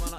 もの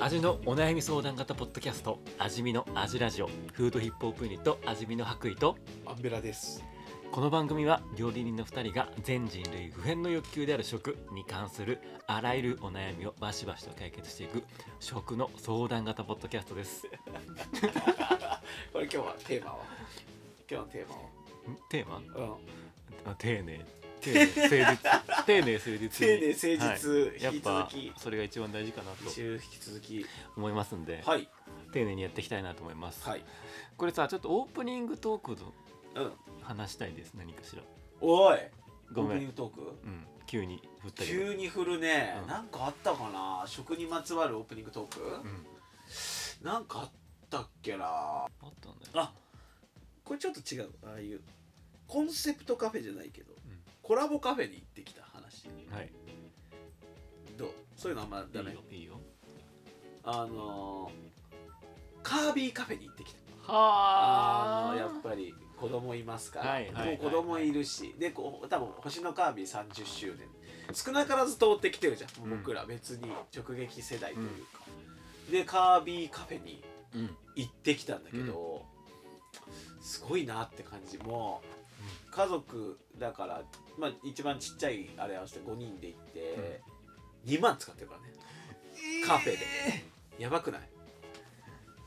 味のお悩み相談型ポッドキャスト味見の味ラジオフードヒップホップユニット味見の白衣とアンベラですこの番組は料理人の2人が全人類普遍の欲求である食に関するあらゆるお悩みをバシバシと解決していく食の相談型ポッドキャストですんこれ今日はテー マは今日のテーマはテーマうん、あ丁寧丁寧誠実丁寧誠実に丁寧誠実はいやっ引き続ぱきそれが一番大事かな一と周引き続き思いますんで、はい丁寧にやっていきたいなと思います、はいこれさちょっとオープニングトークのうん話したいです何かしらおいごオーめプニンんグトークうん急に振ったけど急に振るね、うんなんかあったかな食にまつわるオープニングトーク、うんなんかあったっけなあったんだよあこれちょっと違うああいうコンセプトカフェじゃないけど、んコラボカフェに行ってきた話はいどうそういうのあんまダメいいよいいよあのーカービィカフェに行ってきたあはのやっぱり子供いますから、はいはいはいはいもう子供いるしでこう多分星のカービィ30周年少なからず通ってきてるじゃん、うん僕ら別に直撃世代というか、でカービィカフェにうん行ってきたんだけど、すごいなって感じもう、家族だから、まあ、一番ちっちゃいあれ合わせて5人で行って、2万使ってるからねカフェで、やばくない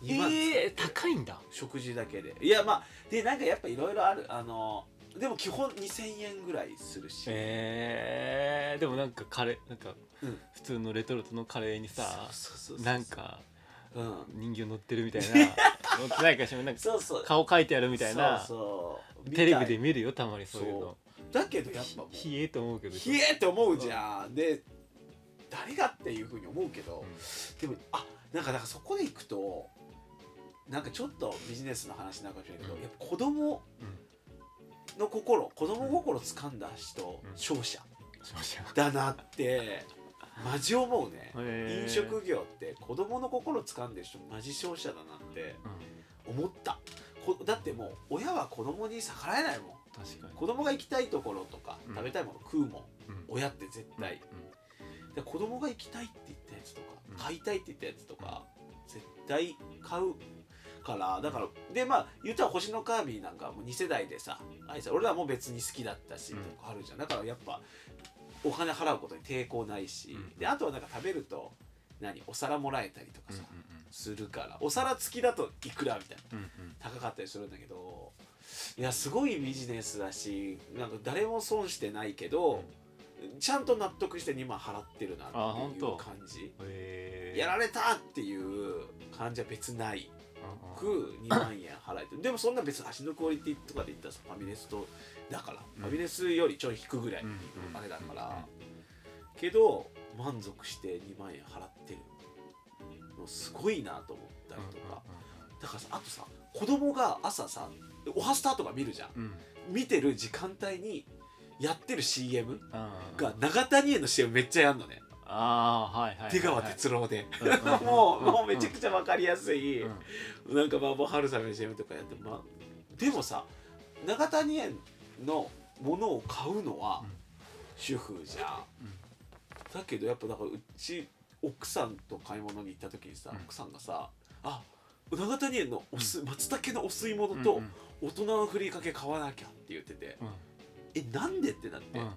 2万使ってるえー、高いんだ食事だけでいやまあでなんかやっぱいろいろあるあのでも基本2000円ぐらいするし、えー、でもなんかカレーなんかうん普通のレトルトのカレーにさそうそうそうそうなんかうん人形乗ってるみたいな乗ってないかしらなんかそうそう顔描いてあるみたいなそうそうテレビでみ見るよたまにそういうのたいだけどやっぱもう冷えと思うけど冷えって思うじゃん、で誰がっていうふうに思うけうど、んでもあなんかだからそこで行くとなんかちょっとビジネスの話なんかもしれないけど、うんやっぱ子供の心子供心掴んだ人、うん勝者しまし ょうだなってマジ思うね、へー飲食業って子供の心掴んでる人マジ勝者だなってうん思ったこだってもう親は子供に逆らえないもん確かに子供が行きたいところとかうん食べたいもの食うもん、うん親って絶対、うで子供が行きたいって言ったやつとか、うん買いたいって言ったやつとか、絶対買うからだからでまあ言ったら星のカービィなんかも2世代でさ愛さ俺らも別に好きだったし、うんとかあるじゃんだからやっぱお金払うことに抵抗ないし、うんであとはなんか食べると何お皿もらえたりとかんさ、するからお皿付きだといくらみたいなうんうんうん高かったりするんだけどいやすごいビジネスだしなんか誰も損してないけど、ちゃんと納得して2万払ってるなってあ本いう当感じうんえーやられたっていう感じは別ないうんうんく2万円払えてるでもそんな別に足のクオリティとかで言ったらさファミレスとだから、うんファミレスよりちょい引くぐらいうんうんあれだから、けど満足して2万円払ってるのすごいなと思ったりとか、だからさあとさ子供が朝さ「おはスター」とか見るじゃんうんうんうんうん見てる時間帯にやってる CM あーが長谷園の CM めっちゃやんのねあーはいはいはいはい出川哲朗でうんうんうん もうもうめちゃくちゃ分かりやすいうんなんか麻婆春雨の CM とかやってまあでもさ長谷園のものを買うのはうん主婦じゃんうんだけどやっぱだからうち奥さんと買い物に行った時にさうん奥さんがさあ長谷園のお酢松茸のお吸い物と、うん大人のふりかけ買わなきゃって言ってて、うんえなんでってなって、うん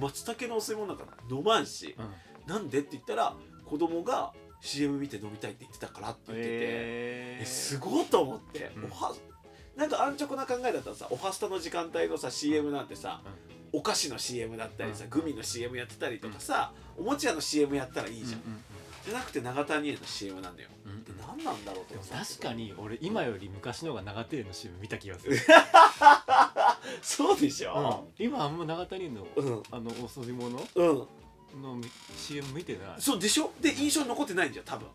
松茸のお吸い物なんか飲まんし、うんなんでって言ったら子供が CM 見て飲みたいって言ってたからって言ってて、ええーすごいと思って、うんおはなんか安直な考えだったらさおはスタの時間帯のさ CM なんてさ、お菓子の CM だったりさ、うんグミの CM やってたりとかさ、おもちゃの CM やったらいいじゃん、うんうんじゃなくて長谷園の CM なんだよ、うんうんで何なんだろうとでも思って確かに俺今より昔の方が長手の CM 見た気がする、そうでしうんょ今あんま長谷のうんあのお遊び物うんのみ CM 見てない、そうでしょで印象に残ってないんじゃん多分う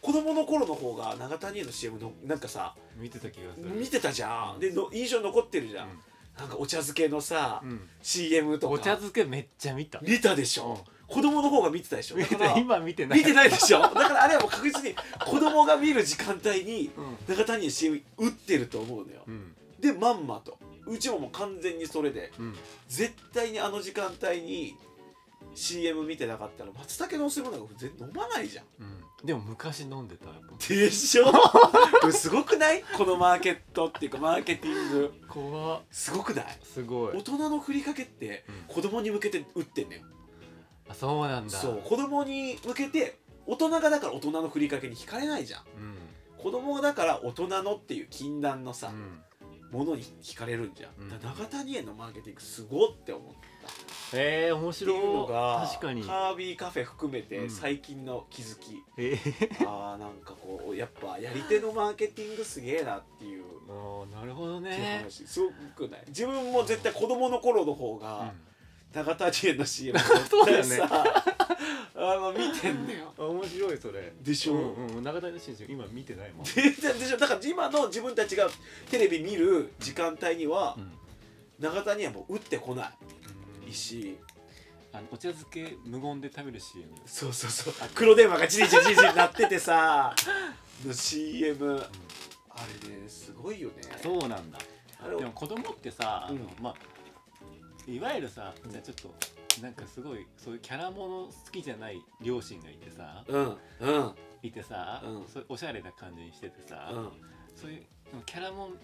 子供の頃の方が永谷への CM のなんかさん、見てた気がする見てたじゃんでの印象に残ってるじゃん、うんなんかお茶漬けのさ、うん CM とかお茶漬けめっちゃ見た見たでしょ、子供の方が見てたでしょ見だてからた 今見てない見てないでしょだからあれはもう確実に子供が見る時間帯にうん永谷へ CM 打ってると思うのよ、うんでまんまとうちももう完全にそれでうん絶対にあの時間帯に CM 見てなかったら松茸のお吸い物なんか全然飲まないじゃんうんでも昔飲んでたやっぱでしょこれすごくないこのマーケットっていうかマーケティング怖っすごくないすご大い人のふりかけってうん子供に向けて打ってんのよ、あそうなんだそう子供に向けて大人がだから大人のふりかけに惹かれないじゃんうん子供だから大人のっていう禁断のうさ、んものに惹かれるんじゃん、うんだから永谷園のマーケティングすごって思ったえー、面っていう白のがい確かにカービィカフェ含めて最近の気づき、えー、あーなんかこうやっぱやり手のマーケティングすげえなっていうあーなるほどっていうね話すごくない自分も絶対子供の頃の方うんが永谷園 の CM そうだよね絶対 あの見てんのよあ面白いそれでしょうんうん長谷の新人今見てないもん、ででしょだから今の自分たちがテレビ見る時間帯にはうん永谷園もう打ってこないしあのお茶漬け無言で食べる CM そうそうそう黒電話がチリチリチリチリなっててさ の CM あれねすごいよねそうなんだあれでも子供ってさ、あのうんまあいわゆるさ、うんじゃあちょっとなんかすごいそういうキャラもの好きじゃない両親がいてさうんうんいてさ、うんそういうおしゃれな感じにしててさ、うんそういうでもキャラもん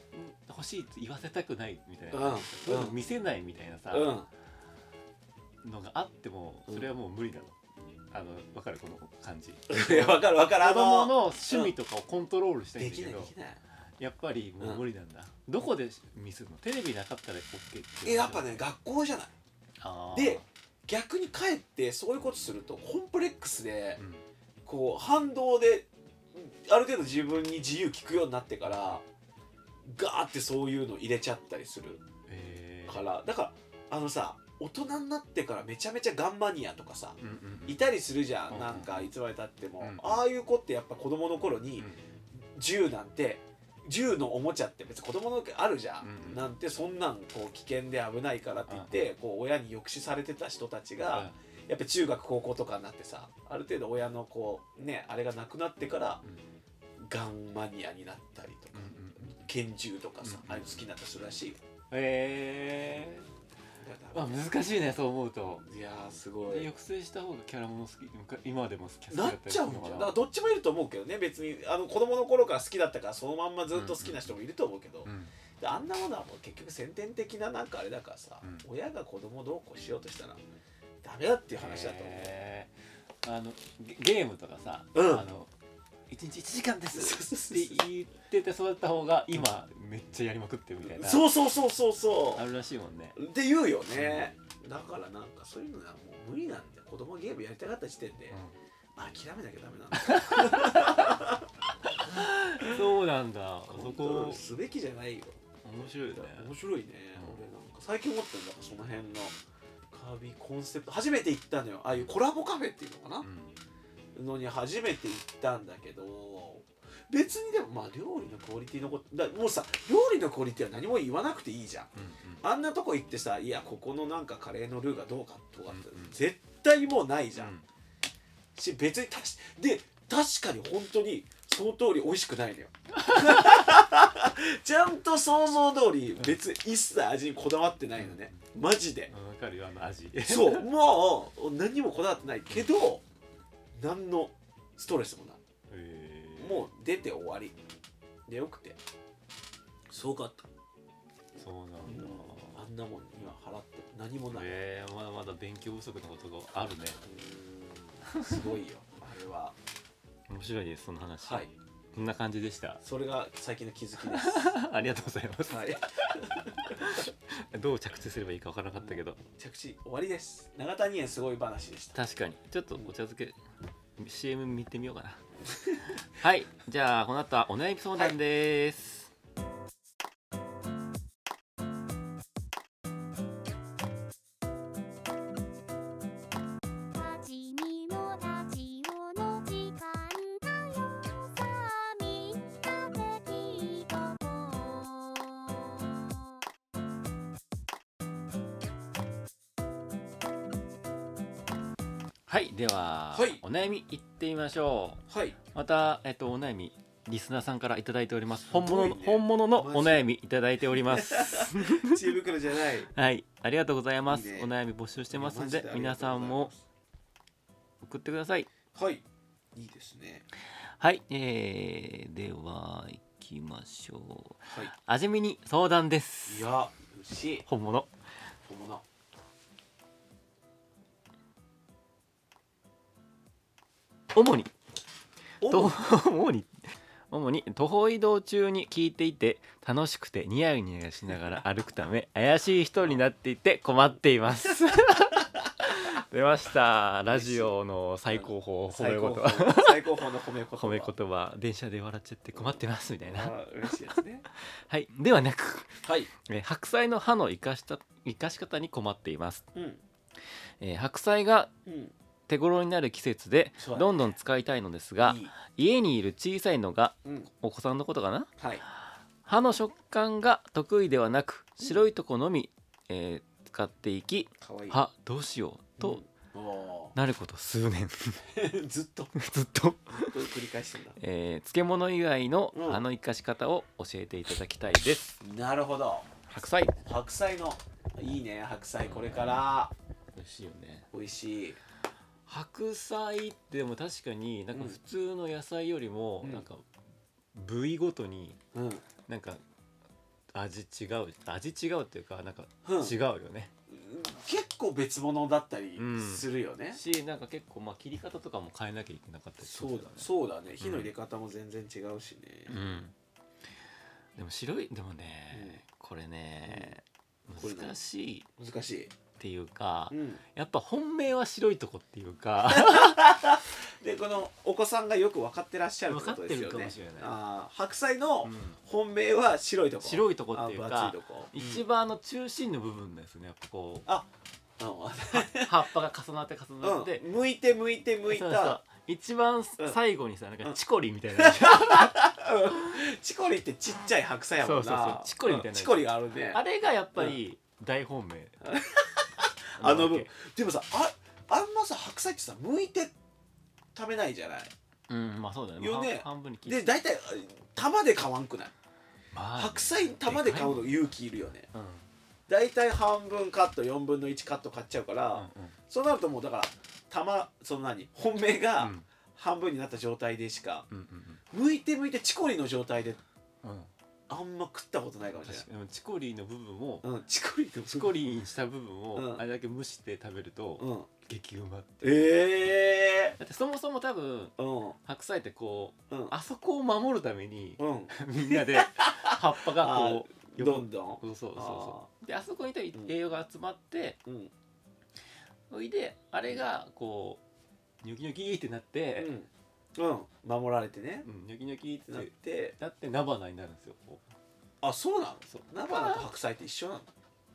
欲しいって言わせたくないみたいな、うんそういうの見せないみたいなさ、うんのがあってもそれはもう無理なの。あの分かるこの感じ子いやわかるわかるあ供のの趣味とかをコントロールしたいんでだけきないどできないやっぱりもう無理なんだ、どこで見せるのテレビなかったら OK ってえやっぱね学校じゃないあーで逆に帰ってそういうことするとコンプレックスでうんこう反動である程度自分に自由聞くようになってからガーってそういうの入れちゃったりするえーからだからあのさ大人になってからめちゃめちゃガンマニアとかさうんうんうんいたりするじゃうんんなんかいつまでたってもうんああいう子ってやっぱ子供の頃うにん銃なんて銃のおもちゃって別に子供の時あるじゃん、うんなんてそんなんこう危険で危ないからって言って、こう親に抑止されてた人たちが、やっぱ中学高校とかになってさある程度親のこうねあれがなくなってから、ガンマニアになったりとうかん、うんうん拳銃とかさ、うんああいうの好きになったりするらしいよえだかー、らあ難しいねそう思うといやーすごい抑制した方がキャラもの好きむか今でも好き好きだなっったりちすゃるうんのじゃかんだなからどっちもいると思うけどね別にあの子供の頃から好きだったからそのまんまずっと好きな人もいると思うけど、うんであんなものはもう結局先天的ななんかあれだからさ、う親が子供どうこうしようとしたらダメだっていう話だと思う、えーあのゲゲームとかさ、うんあの一日一時間でそうそうすそっうて言ってて育った方が今めっちゃやりまくってるみたいなそうそうそうそうそあるらしいもんねうって言うよね、だからなんかそういうのはもう無理なんだよ子供ゲームやりたかった時点で、諦めなきゃダメなん だようんそうなんだそコントローこルすべきじゃないよ面白いね面白いうね、ん俺なんか最近思ってんだからその辺のカービィコンセプト初めて行ったのよああいうコラボカフェっていうのかなう、んのに初めて行ったんだけど別にでもまあ料理のクオリティのことだもうさ料理のクオリティは何も言わなくていいじゃんうんあんなとこ行ってさいやここのなんかカレーのルーがどうかとかって、うんうん絶対もうないじゃん、うんし別にたしで確かに本当にその通り美味しくないのよちゃんと想像通り別に一切味にこだわってないのねマジでうんわかるよあの味 そうもう何にもこだわってないけど何のストレスもないえーもう出て終わりでよくてすごかったそうなんだ、あんなもんには払って何もない、えー、まだまだ勉強不足なことがあるねうーんすごいよあれは面白いですその話はいこんな感じでしたそれが最近の気づきです ありがとうございます、 はいどう着地すればいいかわからなかったけど着地終わりです永谷園すごい話でした確かにちょっとお茶漬け CM 見てみようかな はいじゃあこの後はお悩み相談です、立ちにも立ちよの時間だよさあみんなで聞いとこうはい、では、はいお悩みいってみましょうはいまた、えっと、お悩みリスナーさんからいただいております本すご物いのね本物のお悩みいただいております 知恵袋じゃないはいありがとうございますいいねお悩み募集してますんでマジあり皆がとさうございんまもす送ってくださいはいいいですねはい、えー、では行きましょうはい味見に相談でいすや嬉しい本物本物主におと主に主に徒歩移動中に聞いていて楽しくてニヤニヤしながら歩くため怪しい人になっていて困っています 出ましたラジオの最高峰褒最め高言峰葉最高峰の褒め言葉褒め言葉電車で笑っちゃって困ってますみたいなあー嬉しいですねはいで はなくはいえー白菜の歯の生かした生かし方に困っています、うんえー白菜がうん手頃になる季節でそうだねどんどん使いたいのですが、いい家にいる小さいのがうんお子さんのことかなはい歯の食感が得意ではなく白いとこのみ、えー使っていき可愛いあどうしようと、うんおなること数年 ー ずっとずっと、これ繰り返してんだえー漬物以外のうんあの生かし方を教えていただきたいですなるほど白菜白菜のいいね白菜これから美味しいよね美味しい白菜ってでも確かになんかうん普通の野菜よりもうんなんか部位ごとにうんなんか味違う味違うっていうかなんかうん違うよね、結構別物だったりうんするよね、しなんか結構まあ切り方とかも変えなきゃいけなかったりすそるうよだねそうだね火の入れ方も全然違うしうね、んでも白いでもね、これね、これね難しいっ難しい、ていうか、うん、やっぱ本命は白いとこっていうかでこのお子さんがよく分かってらっしゃるってことですよね分かってるかもしれないあー白菜のうん本命は白いとこ白いとこっていうあ分か厚いとこ一番あの中心の部分ですねやっぱこうあうん 葉っぱが重なって重なって、うん、向いて向いて向いそうそうた一番うん最後にさ、なんうかんチコリみたい な、チコリってちっちゃい白菜やもんなそうそうそうチコリみたいなやうんつチコリがあるねあれがやっぱり大本命、 あのわ分けでもさああんまさ白菜ってさ剥いて食べないじゃないうんまあそうだねよね半半分に切っでて、大体玉で買わんくないまあね白菜玉で買うの勇気いるよねうんうん大体半分カット4分の1カット買っちゃうから、そうなるともうだから玉その何本命うがん半分になった状態でしかうんうん剥いて剥いてチコリの状態でうんうんあんま食ったことないかもしれ確かにでもチコリの部分をない、うん、チコリのチコリにした部分をうんあれだけ蒸して食べると、うん激うまってええだってそもそも多分ー、白菜ってこううんうんあそこを守るために うんみんな で葉っぱがこうどんどんそうそうそうあそうであそこに多分栄養が集まって、ーうんおいであれがこうニョキニョキーってなって、うん、うん、守られてねうんニョキニョキーってななっってなって菜花になるんですよこうあそうなのそう菜花と白菜って一緒なの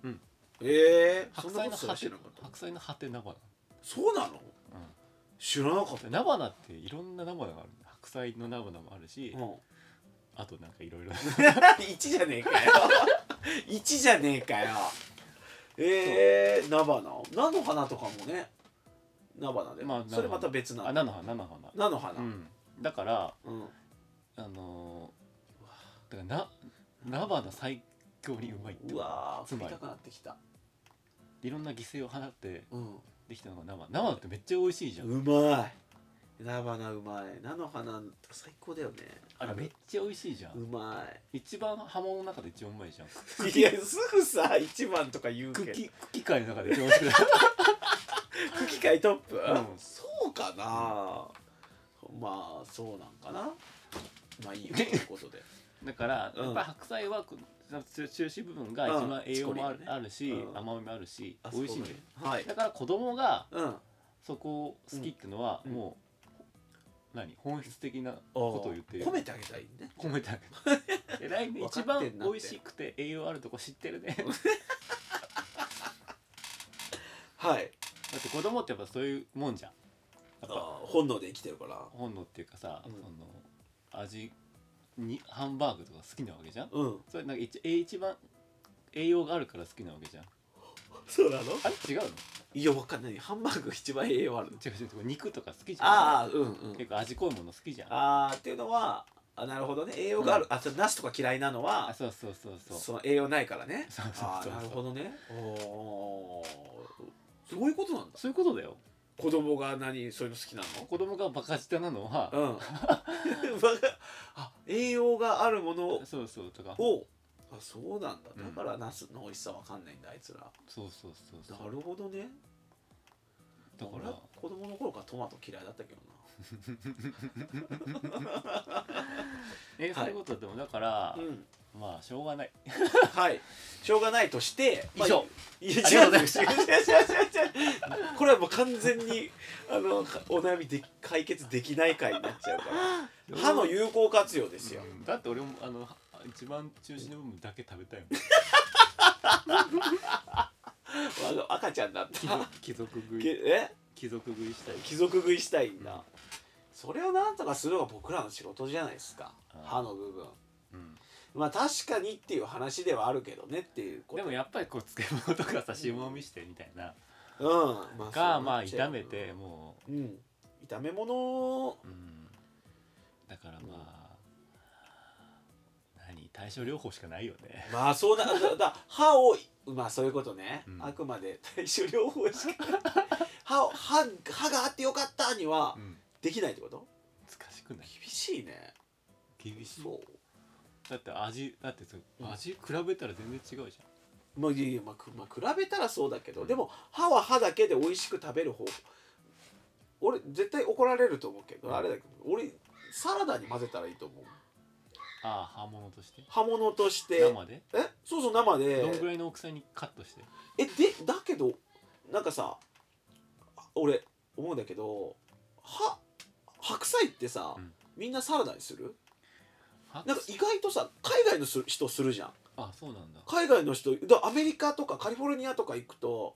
うんええー、白菜のそんな果こと知てらなかった白菜の果て菜花、そうなの知らなかったうん、菜花っていろんな菜花がある白菜の菜花もあるし、うんあとなんかいろいろ一じゃねえかよ一じゃねえかよえー、菜花菜の花とかもね菜花で、まあそれまた別なあの菜の花菜の花菜の花ううん、んだからあのー、だからな菜花最強にうまいってうわーつ食まいりたくなってきた、いろんな犠牲を払ってうん、できたのが菜花菜花ってめっちゃ美味しいじゃんうまい菜花うまい菜の花最高だよねあれめっちゃ美味しいじゃん、うま い一番葉物の中で一番うまいじゃんいやすぐさ一番とか言うけど茎茎界の中で一番美味しく ない茎界トップ、んそうかなまあそうなんかなまあいい よということで、だからうんやっぱり白菜はこう中心部分が一番栄養もある,、うんあるし、うん甘みもあるしあそ美こ味しいのよはいだから子供がうんそこを好きってのはうんもう、何本質的なこことを言ってる褒めてあげたいね褒めてあげる偉いね 分一かってんなっ番て美味しくて栄養あるとこ知ってる ねだはいって子供ってやっぱそういうもんじゃんやっぱあー本能で生きてるから本能っていうかさ、うんその味にハンバーグとか好きなわけじゃんうんそれなんか一え一番栄養があるから好きなわけじゃんそうなのあれ違うのいやわかんないハンバーグが一番栄養あるの違う違う違う肉とか好きじゃんああうんうん結構味濃いもの好きじゃんあああっていうのはあなるほどね栄養がある、あそれナスとか嫌いなのはそうそうそうそうその栄養ないからねそうそうそうああなるほどねおーそういうことなんだそういうことだよ子供が何そういうの好きなの子供がバカ舌なのは、うんバカあ栄養があるものをそうそうとかをあそうなんだうんだからナスの美味しさわかんないんだあいつらそうそうそうそうなるほどねだか俺らは子供の頃からトマト嫌いだったけどえそういうことでもだからな、うんまあしょうがないはいしょうがないとして以上いや違ありがとううござい違う違うました違う違う違 うこれはもう完全にあのお悩みで解決できない回になっちゃうから歯の有効活用ですようんだって俺もあのは一番中心の部分だけ食べたいもんあの赤ちゃんだっ貴た 族貴族食いけえ貴族食いしたい貴族食いしたいんうんだそれをなんとかするのが僕らの仕事じゃないですかあー歯の部分うんまあ確かにっていう話ではあるけどねっていうことでもやっぱりこう漬物とかさ塩もみしてみたいなうんまがそうまあなっちゃ炒うめてもうん炒め物ううんだからまあ何対症療法しかないよねまあそうだだだ歯をまあそういうことね、うんあくまで対処療法しか歯を歯歯があってよかったにはうんできないってこと難しくない厳しいね厳しいそうだって味だってそれうん味比べたら全然違うじまあいやいや、まあくまあ、比べたらそうだけど、でも歯は歯だけで美味しく食べる方法俺絶対怒られると思うけどあれだけど俺サラダに混ぜたらいいと思うゃんああ葉物として刃物として生でえそうそう生でどんぐらいの大きさにカットしてえでだけどなんかさあ俺思うんだけどは白菜ってさ、うんみんなサラダにするはなんか意外とさ海外のす人するじゃんあそうなんだ海外の人だアメリカとかカリフォルニアとか行くと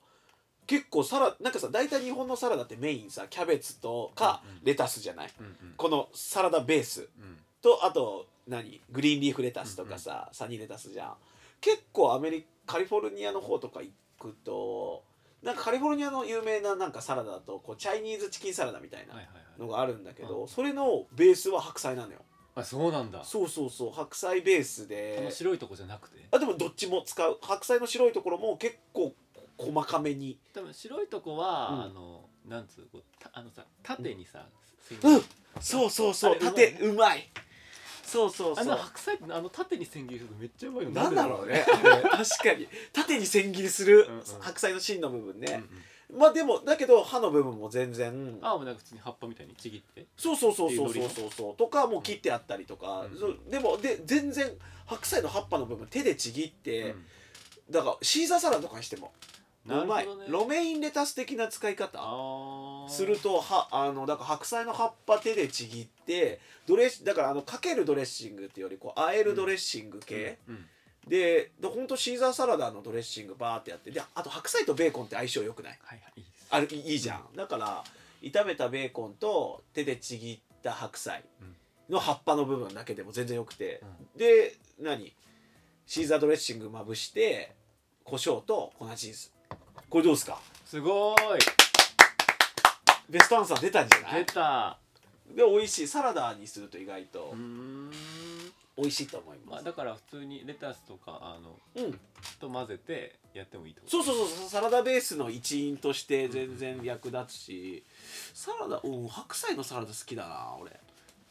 結構サラなんかさ大体日本のサラダってメインさキャベツとかうんうんレタスじゃない、うんうんこのサラダベースうんとあと何グリーンリーフレタスとかさ、サニーレタスじゃん結構アメリカカリフォルニアの方とか行くとなんかカリフォルニアの有名ななんかサラダだとこうチャイニーズチキンサラダみたいなはいはいはいのがあるんだけど、うんそれのベースは白菜なのよあそうなんだそうそうそう白菜ベースあので白いとこじゃなくてあでもどっちも使う白菜の白いところも結構細かめに多分白いとこは、うんあのなんつうこうたあのさ縦にさ、線う切んそうそうそあうれ縦うまいそうそうあそのう白菜ってあの縦に千切りするとめっちゃうまいのなんだろうね あれ確かに縦に千切りすうるんうん白菜の芯の部分うんうね、んまあでもだけど歯の部分も全然あもうなんか普通に葉っぱみたいにちぎってそうそうそうそうそうそうそうとかもう切ってあったりとか、うんそうでもで全然白菜の葉っぱの部分手でちぎって、うんだからシーザーサラダとかにしてもうなるまい、ほどねロメインレタス的な使い方あーするとはあのだから白菜の葉っぱ手でちぎってドレッシだからあのかけるドレッシングっていうよりこうあえるドレッシング系、うんででほんとシーザーサラダのドレッシングバーってやってであと白菜とベーコンって相性良くないはいはいいいですあれいいいいじゃん、だから炒めたベーコンと手でちぎった白菜の葉っぱの部分だけでも全然良くて、で何シーザードレッシングまぶして胡椒と粉チーズこれどうですかすごーいベストアンサー出たんじゃな出いたで美味しいサラダにすると意外うとーん美味しいと思いま、ますあだから普通にレタスとかあのうんと混ぜてやってもいいってことそうそうそうそうサラダベースの一員として全然役立つしサラダうん白菜のサラダ好きだな俺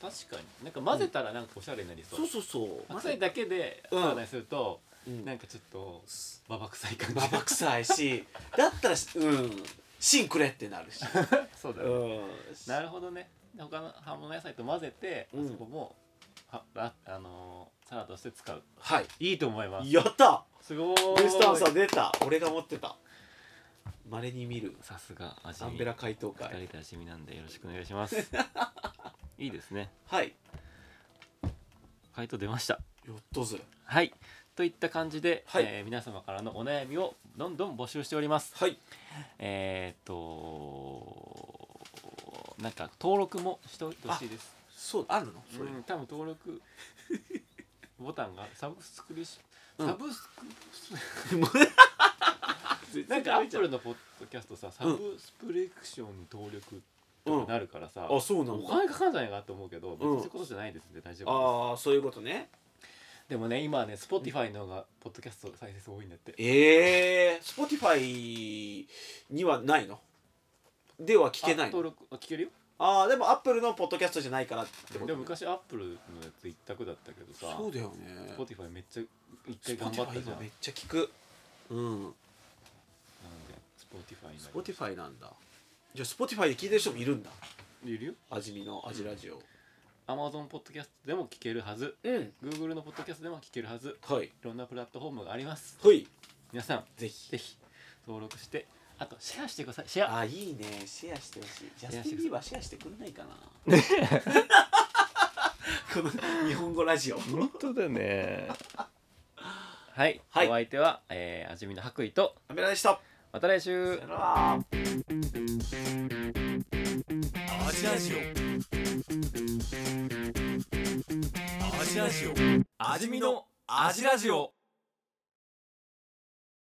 確かになんか混ぜたらなんかおしゃれになりそうそうそうそう白菜だけでうんサラダにすると、うんなんかちょっとババ臭い感じババ臭いし だったらうん芯くれってなるし、 そうだうね、ん、なるほどね他の葉物野菜と混ぜて、うんあそこもはあ、あのーサラダとして使うはいいいと思いますやったすごーいベストアンサー出た俺が持ってたまれに見るさすが味アンベラ解答会二人で味見なんでよろしくお願いします いいですねはい回答出ましたよっとずはいといった感じで、はいえー皆様からのお悩みをどんどん募集しておりますはいえーっとなんか登録もしておいてほしいですそうあるのそうういうのん、多分登録 ボタンがサブスクリシうんサブスク、もうなんかアップルのポッドキャストさサうブスプレクションに登録とかなるからさ、あそうなんおだ金かかるんじゃないかなと思うけど別にそういうことじゃないですね、大丈夫ですああそういうことねでもね今はね Spotify の方がポッドキャスト再生数多いんだってええー、Spotify にはないのでは聞けなあい登の録あ聞けるよああーでもアップルのポッドキャストじゃないからってことでも昔アップルのやつ一択だったけどさそうだよね Spotify めっちゃ一回頑張った Spotify じゃ今んめっちゃ聞くうんなんで Spotify に Spotify なんだじゃあ Spotify で聞いてる人もいるんだいるよ味見の味ラジオ Amazon ポッドキャストでも聞けるはずうん Google のポッドキャストでも聞けるはずはいいろんなプラットフォームがありますほい皆さんぜひぜひ登録してあとシェアしてくださいシェアあいいねシェアしてほしいジャェスアテしてィくださいン・ビーバーシェアしてくんないかな この日本語ラジオ本当だねはい、はいお相手は、えー、味見の白衣とアメラでしたまた来週さよならアジラジオアジラジオ味見のアジラジオ